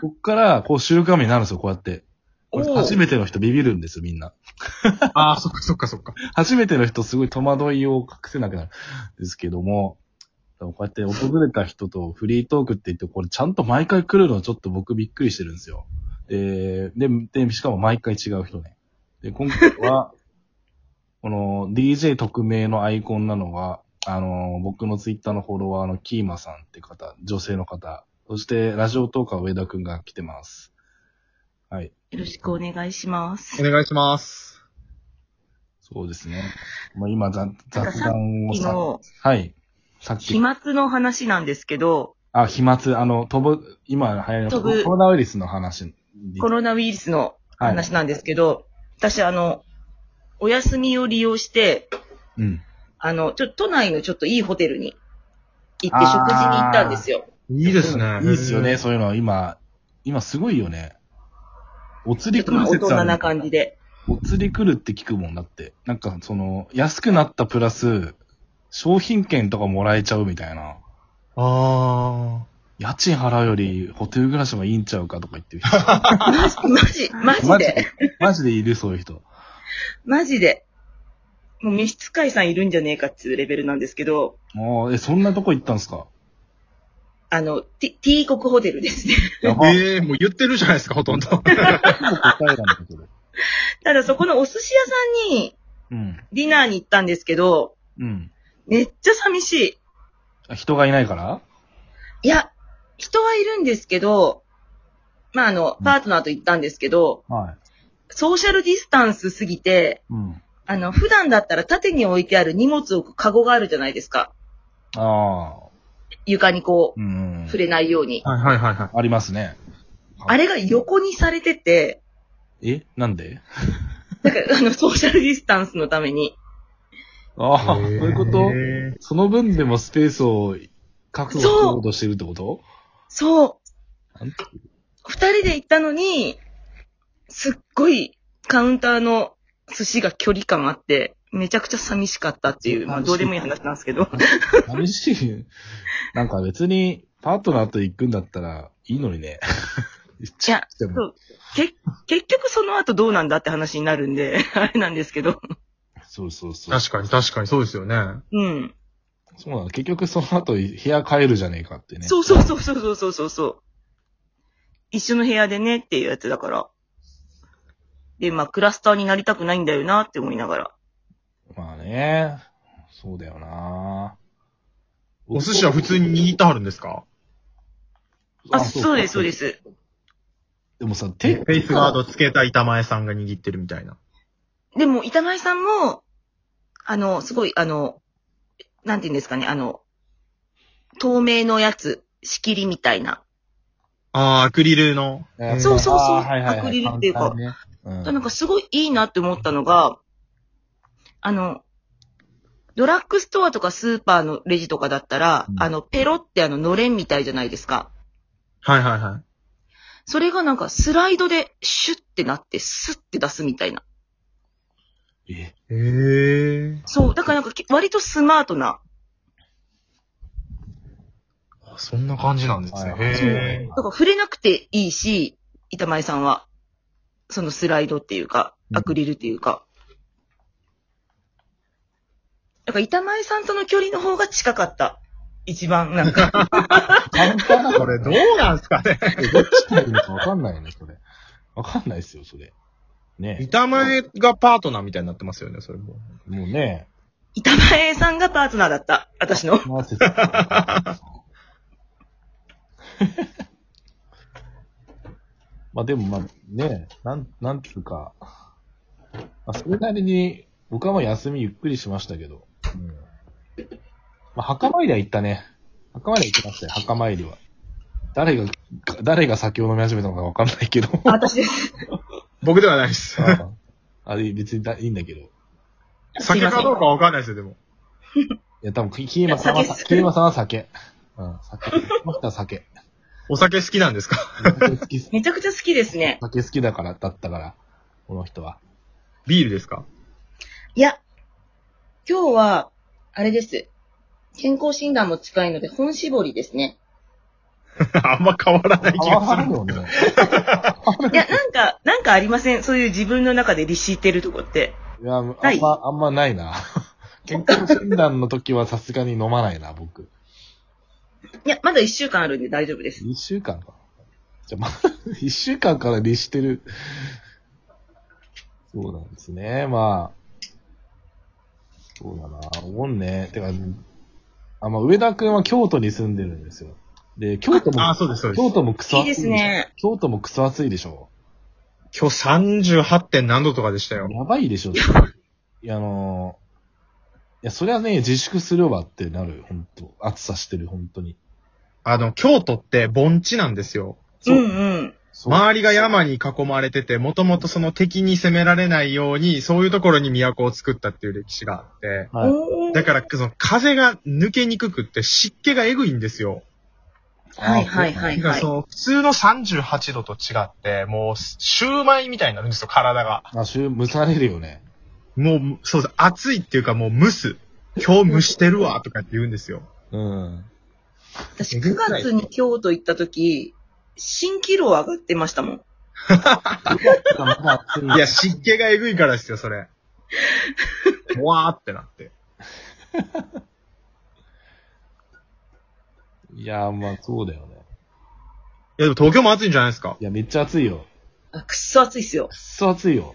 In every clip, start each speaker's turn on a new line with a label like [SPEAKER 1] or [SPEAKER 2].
[SPEAKER 1] こっから、こう、習慣目になるんですよ、こうやって。
[SPEAKER 2] おー
[SPEAKER 1] 初めての人ビビるんですよ、みんな。
[SPEAKER 2] ああ、そっかそっかそっか。
[SPEAKER 1] 初めての人すごい戸惑いを隠せなくなるんですけども、こうやって訪れた人とフリートークって言って、これちゃんと毎回来るのはちょっと僕びっくりしてるんですよ。で、で、でしかも毎回違う人ね。で、今回は、 この DJ 特命のアイコンなのは、あの、僕のツイッターのフォロワーのキーマさんって方、女性の方、そしてラジオトーカー上田くんが来てます。はい。
[SPEAKER 3] よろしくお願いします。
[SPEAKER 2] お願いします。
[SPEAKER 1] そうですね。まあ、今、ざ
[SPEAKER 3] なんか
[SPEAKER 1] 雑
[SPEAKER 3] さっ
[SPEAKER 1] 談を
[SPEAKER 3] 昨
[SPEAKER 1] さ、
[SPEAKER 3] 日、
[SPEAKER 1] はい。さっき
[SPEAKER 3] 飛。沫の話なんですけど、
[SPEAKER 1] あ、飛沫、あの、飛ぶ、今流行りの
[SPEAKER 3] 飛ぶ
[SPEAKER 1] コロナウイルスの話。
[SPEAKER 3] コロナウイルスの話なんですけど、私あの、お休みを利用して、
[SPEAKER 1] うん。
[SPEAKER 3] あの、ちょ、都内のちょっといいホテルに行って食
[SPEAKER 1] あー
[SPEAKER 3] 事に行ったんですよ。
[SPEAKER 2] いいですね。
[SPEAKER 1] いいっすよね、。そういうのは今、今すごいよね。お釣
[SPEAKER 3] ちょ
[SPEAKER 1] り
[SPEAKER 3] っと
[SPEAKER 1] 来
[SPEAKER 3] まあ
[SPEAKER 1] る
[SPEAKER 3] 大
[SPEAKER 1] 説あ
[SPEAKER 3] 人
[SPEAKER 1] る
[SPEAKER 3] な感じで。
[SPEAKER 1] お釣り来るって聞くもんだって。なんか、その、安くなったプラス、商品券とかもらえちゃうみたいな。
[SPEAKER 2] あ
[SPEAKER 1] 家賃払うより、ホテル暮らしはいいんちゃうかとか言ってる人。
[SPEAKER 3] マジ、マジ、 マジ
[SPEAKER 1] マジ
[SPEAKER 3] で、
[SPEAKER 1] で、マジでいる、そういう人。
[SPEAKER 3] マジで。もう召使いさんいるんじゃねえかっていうレベルなんですけど、
[SPEAKER 1] もう、え、そんなとこ行ったんすか
[SPEAKER 3] あの、T、T 国ホテルですね。
[SPEAKER 1] や
[SPEAKER 2] あ。
[SPEAKER 1] ば。
[SPEAKER 2] ええもう言ってるじゃないですか、ほとんど。
[SPEAKER 1] 答えなんだけど。
[SPEAKER 3] ただそこのお寿司屋さんに
[SPEAKER 1] うん。
[SPEAKER 3] ディナーに行ったんですけど、
[SPEAKER 1] うん。
[SPEAKER 3] めっちゃ寂しい。
[SPEAKER 1] あ人がいないから
[SPEAKER 3] いや、人はいるんですけど、まあ、あの
[SPEAKER 1] う、ん
[SPEAKER 3] パートナーと行ったんですけど、
[SPEAKER 1] はい。
[SPEAKER 3] ソーシャルディスタンスすぎて、
[SPEAKER 1] うん。
[SPEAKER 3] あの、普段だったら縦に置いてある荷物を置くカゴがあるじゃないですか。
[SPEAKER 1] ああ。
[SPEAKER 3] 床にこ
[SPEAKER 1] うん
[SPEAKER 3] う、。触れないように。
[SPEAKER 2] はいはいはいはい。
[SPEAKER 1] ありますね。
[SPEAKER 3] あれが横にされてて、
[SPEAKER 1] えなんで
[SPEAKER 3] だから、あの、ソーシャルディスタンスのために。
[SPEAKER 1] ああ、そういうこと
[SPEAKER 2] え
[SPEAKER 1] その分でもスペースを確保しようとしてるってこと
[SPEAKER 3] そ
[SPEAKER 1] なんて
[SPEAKER 3] う。二人で行ったのに、すっごいカウンターの寿司が距離感あって、めちゃくちゃ寂しかったっていう、まあ、どうでもいい話なんですけど。
[SPEAKER 1] 寂しい。なんか別にパートナーと行くんだったらいいのにね。
[SPEAKER 3] いや、
[SPEAKER 1] でも
[SPEAKER 3] そうけ結局その後どうなんだって話になるんで、 あれなんですけど。
[SPEAKER 1] そうそうそう。
[SPEAKER 2] 確かに確かにそうですよね。
[SPEAKER 3] うん。
[SPEAKER 1] そうなの。結局その後部屋帰るじゃねえかってね。
[SPEAKER 3] そうそうそうそうそうそうそう。一緒の部屋でねっていうやつだから。で、まあ、クラスターになりたくないんだよなって思いながら。
[SPEAKER 1] まあね。そうだよな。。
[SPEAKER 2] お寿司は普通に握ってはるんですか
[SPEAKER 3] あ、そうです、そうですす。
[SPEAKER 1] でもさ、
[SPEAKER 2] フ
[SPEAKER 1] 手、
[SPEAKER 2] ェイスガードつけた板前さんが握ってるみたいな。
[SPEAKER 3] でも、板前さんも、あの、すごい、あの、なんて言うんですかね、あの、透明のやつ、仕切りみたいな。
[SPEAKER 2] ああ、アクリルの。
[SPEAKER 1] えー
[SPEAKER 3] そうそうそう
[SPEAKER 1] あーはいはいはい
[SPEAKER 3] アクリルっていうか
[SPEAKER 1] 簡単ねうん
[SPEAKER 3] なんかすごいいいなって思ったのが、あの、ドラッグストアとかスーパーのレジとかだったら、
[SPEAKER 1] うん
[SPEAKER 3] あの、ペロってあの、のれんみたいじゃないですか。
[SPEAKER 2] はいはいはい。
[SPEAKER 3] それがなんかスライドでシュッてなって、スッて出すみたいな。
[SPEAKER 1] え
[SPEAKER 2] ええ
[SPEAKER 3] そう、だからなんかき割とスマートな。
[SPEAKER 2] あそんな感じなんですね。
[SPEAKER 1] はい
[SPEAKER 2] へえ。
[SPEAKER 3] だから触れなくていいし、板前さんは。そのスライドっていうか、
[SPEAKER 1] うん
[SPEAKER 3] アクリルっていうか。だから板前さんとの距離の方が近かった。一番、なん か。
[SPEAKER 1] 簡単な
[SPEAKER 2] こ
[SPEAKER 1] こ
[SPEAKER 2] れ
[SPEAKER 1] れ、
[SPEAKER 2] ど
[SPEAKER 1] ど
[SPEAKER 2] う
[SPEAKER 1] う
[SPEAKER 2] なんですかね
[SPEAKER 1] どっちがいいのかわかんないよね、それ。わかんないですよ、それ。ね
[SPEAKER 2] 板前がパートナーみたいになってますよね、それも。
[SPEAKER 1] もうね。
[SPEAKER 3] 板前さんがパートナーだった。私の。
[SPEAKER 1] まあ説明 まあでもまあね、なん、なんつうか。まあそれなりに、僕はまあ休みゆっくりしましたけど。うん。まあ墓参りは行ったね。墓参りは行きましたよ、墓参りは。誰が、誰が酒を飲み始めたのかわかんない けど。
[SPEAKER 3] あ 私です。
[SPEAKER 2] 僕ではないです。
[SPEAKER 1] ああれ別にだいいんだけど。い
[SPEAKER 3] すい
[SPEAKER 2] 酒
[SPEAKER 3] ませ。
[SPEAKER 2] かどうんかわかんないですよ、でも。
[SPEAKER 1] や、多分、キキーマさんは、
[SPEAKER 3] いや酒っす
[SPEAKER 1] キーマさんは酒。うん、 酒。この人は酒。
[SPEAKER 2] お酒好きなんですか
[SPEAKER 1] 酒好きっす
[SPEAKER 3] めちゃくちゃ好きですね。
[SPEAKER 1] 酒好きだから、だったから、この人は。
[SPEAKER 2] ビールですか
[SPEAKER 3] いや、今日 は、あれです。健康診断も近いので、本絞りですね。
[SPEAKER 2] あんま変わらない気
[SPEAKER 1] 変
[SPEAKER 2] が
[SPEAKER 1] わ
[SPEAKER 2] す
[SPEAKER 1] る
[SPEAKER 2] る。
[SPEAKER 1] よね。
[SPEAKER 3] いや、なんか、なんかありません。そういう自分の中で律してるとこって。
[SPEAKER 1] いや、あん
[SPEAKER 3] ない
[SPEAKER 1] ま、あんまないな。健康診断の時はさすがに飲まないな、僕。
[SPEAKER 3] いや、まだ一週間あるんで大丈夫です。
[SPEAKER 1] 一週間か。じゃあ、まあ、 一週間から律してる。そうなんですね。まあ。そうだな。お盆ね。てか、あ、まあ、上田くんは京都に住んでるんですよ。で、京都も、
[SPEAKER 2] あ、そうです、そうで
[SPEAKER 1] 京
[SPEAKER 2] す。
[SPEAKER 1] 都もクソ
[SPEAKER 3] いい
[SPEAKER 1] 暑い
[SPEAKER 3] で
[SPEAKER 1] しょ
[SPEAKER 3] すね。
[SPEAKER 1] 京都もクソ暑いでしょ。
[SPEAKER 2] 今日 38. 点何度とかでしたよ。
[SPEAKER 1] やばいでしょ。いや、あのーいや、そりゃね、自粛すればってなる、本当暑さしてる、本当に。
[SPEAKER 2] あの、京都って盆地なんですよ。
[SPEAKER 3] うんうん。
[SPEAKER 1] そう
[SPEAKER 2] 周りが山に囲まれてて、もともとその敵に攻められないように、そういうところに都を作ったっていう歴史があって、
[SPEAKER 1] はい
[SPEAKER 3] おー
[SPEAKER 2] だから、その風が抜けにくくって湿気がえぐいんですよ。
[SPEAKER 3] はいはいはい
[SPEAKER 2] だから
[SPEAKER 3] はい
[SPEAKER 2] そ。の普通の38度と違って、もうシューマイみたいになるんですよ、体が。
[SPEAKER 1] あ、しゅ蒸されるよね。
[SPEAKER 2] もう、そうです。暑いっていうかもう蒸す。今日蒸してるわ、とかって言うんですよ。
[SPEAKER 1] うん。
[SPEAKER 3] 私、9月に京都行った時、新気楼上がってましたもん。
[SPEAKER 1] まだ暑い
[SPEAKER 2] いや、湿気がえぐいからですよ、それ。もわーってなって。
[SPEAKER 1] いや、まあそうだよね。
[SPEAKER 2] いや、でも東京も暑いんじゃないですか。
[SPEAKER 1] いや、めっちゃ暑いよ。
[SPEAKER 3] あ、くっそ暑いっすよ
[SPEAKER 1] く。っそ暑いよ。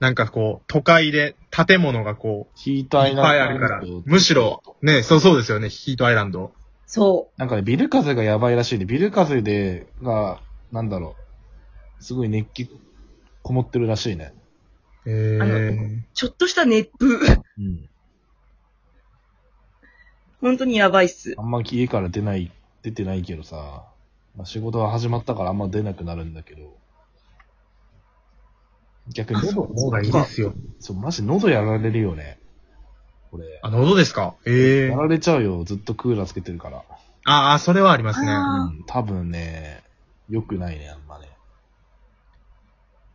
[SPEAKER 2] なんかこう、都会で建物がこ
[SPEAKER 1] ヒー
[SPEAKER 2] う、
[SPEAKER 1] ター
[SPEAKER 2] いっ
[SPEAKER 1] に
[SPEAKER 2] ぱい
[SPEAKER 1] な
[SPEAKER 2] あるから
[SPEAKER 1] ん。
[SPEAKER 2] むしろ、ね、そうそうですよね、ヒートアイランド。
[SPEAKER 3] そ
[SPEAKER 1] なんかね、ビル風がやばいらしいね。ビル風で、が、なんだろう。すごい熱気、こもってるらしいね。
[SPEAKER 2] え
[SPEAKER 3] あ
[SPEAKER 2] ー
[SPEAKER 3] の、う。ちょっとした熱風。
[SPEAKER 1] うん。
[SPEAKER 3] 本当にやばいっす。
[SPEAKER 1] あんま家から出ない、出てないけどさ。まあ、仕事が始まったからあんま出なくなるんだけど。逆に喉、
[SPEAKER 2] もうがいいですよ。
[SPEAKER 1] そう、マジ喉やられるよね。これ。
[SPEAKER 2] あ、喉ですかええ
[SPEAKER 1] や
[SPEAKER 2] ー。
[SPEAKER 1] られちゃうよ。ずっとクーラーつけてるから。
[SPEAKER 2] ああ、それはありますね。
[SPEAKER 3] あー
[SPEAKER 1] うん、多分ね、良くないね、あんまね。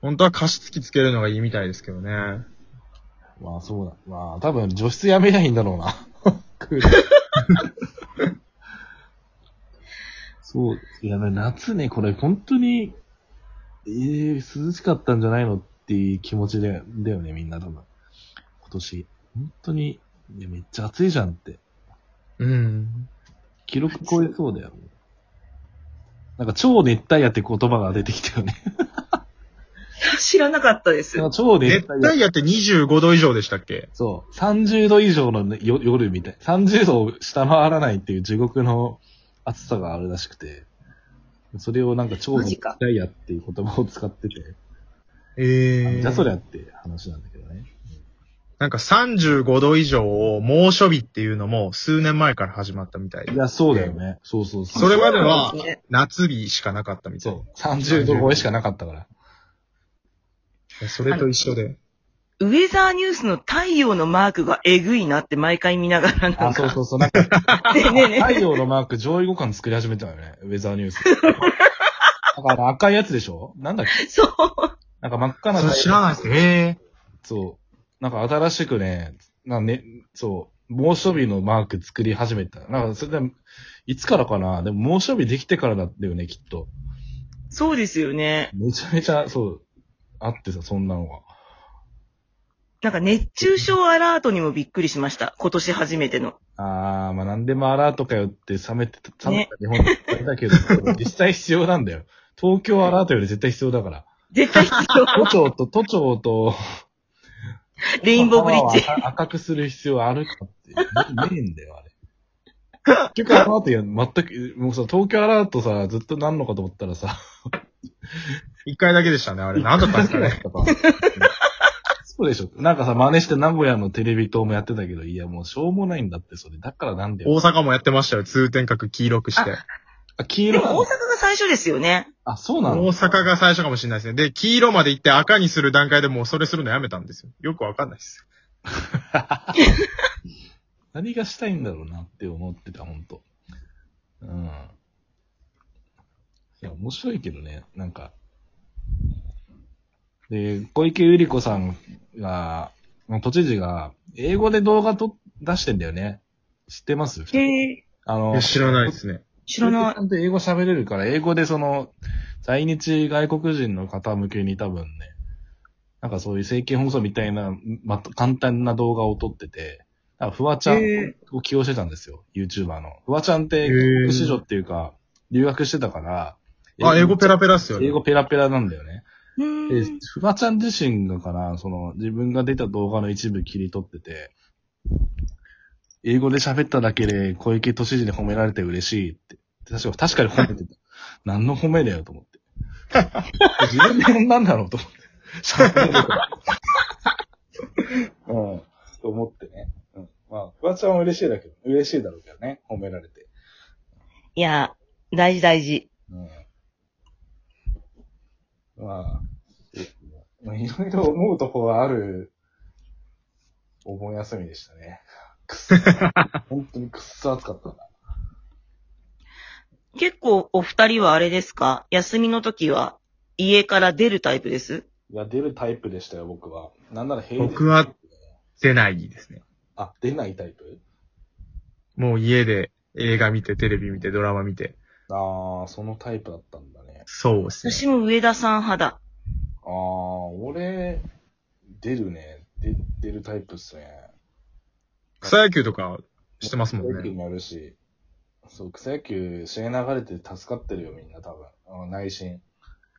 [SPEAKER 2] 本当は加湿器つけるのがいいみたいですけどね。
[SPEAKER 1] まあそうだ。まあ多分除湿やめりゃいいんだろうな。 クーラー そう。いや、夏ね、これ本当に、えー、涼しかったんじゃないのっていう気持ちで、だよね、みんな多分。今年。本当に、いや、めっちゃ暑いじゃんって。
[SPEAKER 2] うん。
[SPEAKER 1] 記録超えそうだよ。なんか超熱帯夜って言葉が出てきたよね。
[SPEAKER 3] 知らなかったです。
[SPEAKER 1] 超熱
[SPEAKER 2] 熱
[SPEAKER 1] 帯夜。
[SPEAKER 2] 帯夜って25度以上でしたっけ
[SPEAKER 1] そう。30度以上のね、よ夜みたい。30度を下回らないっていう地獄の暑さがあるらしくて。それをなんか超
[SPEAKER 3] マ
[SPEAKER 1] 熱
[SPEAKER 3] ジか
[SPEAKER 1] 帯夜っていう言葉を使ってて。
[SPEAKER 2] ええ
[SPEAKER 1] じゃあそりゃって話なんだけどね。
[SPEAKER 2] なんか35度以上を猛暑日っていうのも数年前から始まったみたい
[SPEAKER 1] い。や、そうだよね。そうそうそう。
[SPEAKER 2] それまでは
[SPEAKER 3] そうなんですね
[SPEAKER 2] 夏日しかなかったみたい。
[SPEAKER 1] そう。30度超えしかなかったから。
[SPEAKER 2] そそれと一緒で。
[SPEAKER 3] ウェザーニュースの太陽のマークがえぐいなって毎回見ながらな
[SPEAKER 1] あ、
[SPEAKER 3] ん
[SPEAKER 1] そう
[SPEAKER 3] か。
[SPEAKER 1] そうそう。なんか、
[SPEAKER 3] ねえねえね
[SPEAKER 1] 太陽のマーク上位互換作り始めたよね。ウェザーニュ ース。だから赤いやつでしょなんだっけ
[SPEAKER 3] え そう。
[SPEAKER 1] なんか真っ赤な
[SPEAKER 2] それ知らないですね。
[SPEAKER 1] そう。なんか新しくね、なんかね、そう、猛暑日のマーク作り始めた。なんかそれで、いつからかなでも猛暑日できてからだったよね、きっと。
[SPEAKER 3] そうですよね。
[SPEAKER 1] めちゃめちゃ、そう、あってさ、そんなのが。
[SPEAKER 3] なんか熱中症アラートにもびっくりしました。今年初めての。
[SPEAKER 1] あー、まあなんでもアラートかよって冷めてた、冷め
[SPEAKER 3] ね
[SPEAKER 1] た日本だっただけど、実際必要なんだよ。東京アラートより絶対必要だから。
[SPEAKER 3] 絶 対必要。
[SPEAKER 1] 都庁と、都庁と、
[SPEAKER 3] レインボーブリッジ。
[SPEAKER 1] 頭を赤赤くする必要あるかって。ねねえんだよ、あれ。結局アラートや、全く、もうさ、東京アラートさ、ずっとなんのかと思ったらさ、
[SPEAKER 2] 一回だけでしたね、あれ。何だったんですかね。
[SPEAKER 1] そうでしょ。なんかさ、真似して名古屋のテレビ塔もやってたけど、いや、もうしょうもないんだって、それ。だからなんだ
[SPEAKER 2] 大
[SPEAKER 1] よ。
[SPEAKER 2] 阪もやってましたよ。通天閣黄色くして。
[SPEAKER 1] あ、黄
[SPEAKER 3] でも
[SPEAKER 1] 色
[SPEAKER 3] 大阪が最初ですよね。
[SPEAKER 1] あ、そうな
[SPEAKER 2] 大
[SPEAKER 1] の
[SPEAKER 2] 阪が最初かもしれないですね。で、黄色まで行って赤にする段階でもうそれするのやめたんですよ。よくわかんないです。
[SPEAKER 1] 何がしたいんだろうなって思ってた、ほんと。うん。いや、面白いけどね、なんか。で、小池百合子さんが、もう都知事が、英語で動画と出してんだよね。知ってます
[SPEAKER 3] へえ。
[SPEAKER 1] あ
[SPEAKER 2] い
[SPEAKER 1] の
[SPEAKER 2] や、、知らないですね。
[SPEAKER 3] 知らない
[SPEAKER 1] ち。ゃんと英語喋れるから、英語でその、在日外国人の方向けに多分ね、なんかそういう政見放送みたいな、ま、簡単な動画を撮ってて、なんかフワちゃん
[SPEAKER 3] へ
[SPEAKER 1] を起用してたんですよ、YouTuber の。フワちゃんって、
[SPEAKER 2] へー
[SPEAKER 1] 外国子女っていうか、留学してたから、
[SPEAKER 2] あ、英語ペラペラっすよね。
[SPEAKER 1] 英語ペラペラなんだよね。
[SPEAKER 3] う
[SPEAKER 1] で
[SPEAKER 3] ーん。、
[SPEAKER 1] フワちゃん自身がかな、その、自分が出た動画の一部切り取ってて、英語で喋っただけで小池都知事に褒められて嬉しいって。確か確かに褒めてた。 何の褒めだよと思 って。自分で何なんだろうと思って。喋ってるから。 うん。と思ってね。うん。まあ、フワちゃんは嬉しいだけど、嬉しいだろうけどね。褒められて。
[SPEAKER 3] いや、大事大事。
[SPEAKER 1] うん。まあ、まあいろいろ思うとこがある、お盆休みでしたね。 くっそ本当にくっそ暑かったな。
[SPEAKER 3] 結構お二人はあれですか休みの時は家から出るタイプです
[SPEAKER 1] いや、出るタイプでしたよ、僕は。なんなら平日
[SPEAKER 2] 僕は、出ないですね。
[SPEAKER 1] あ、出ないタイプ
[SPEAKER 2] もう家で映画見て、テレビ見て、ドラマ見て。
[SPEAKER 1] ああ、そのタイプだったんだね。
[SPEAKER 2] そうですね。
[SPEAKER 3] 私も上田さん派だ。
[SPEAKER 1] ああ、俺、出るね。で出るタイプっすね。
[SPEAKER 2] 草野球とかしてますも
[SPEAKER 1] 草
[SPEAKER 2] ん
[SPEAKER 1] 野球
[SPEAKER 2] ね。
[SPEAKER 1] もやるし。そう、草野球、試合流れて助かってるよ、みんな、多分。あの内心。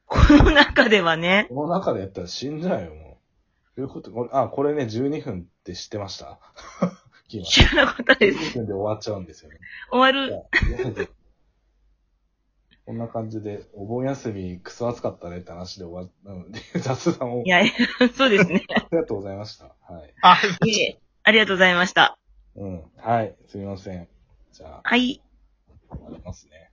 [SPEAKER 3] この中ではね。
[SPEAKER 1] この中でやったら死んじゃうよ、もう。ということ、これ、あ、これね、12分って知ってました 今。
[SPEAKER 3] 知らなかったで
[SPEAKER 1] 12
[SPEAKER 3] す。
[SPEAKER 1] 分で終わっちゃうんですよね。
[SPEAKER 3] 終わる。
[SPEAKER 1] いやこんな感じで、お盆休み、クソ暑かったねって話で終わったので、 雑談を
[SPEAKER 3] い、や、そうですね。
[SPEAKER 1] ありがとうございました。はい。
[SPEAKER 2] あ、
[SPEAKER 3] いえありがとうございました。
[SPEAKER 1] うん。はい。すみません。じゃあ、
[SPEAKER 3] はい。
[SPEAKER 1] 終わりますね。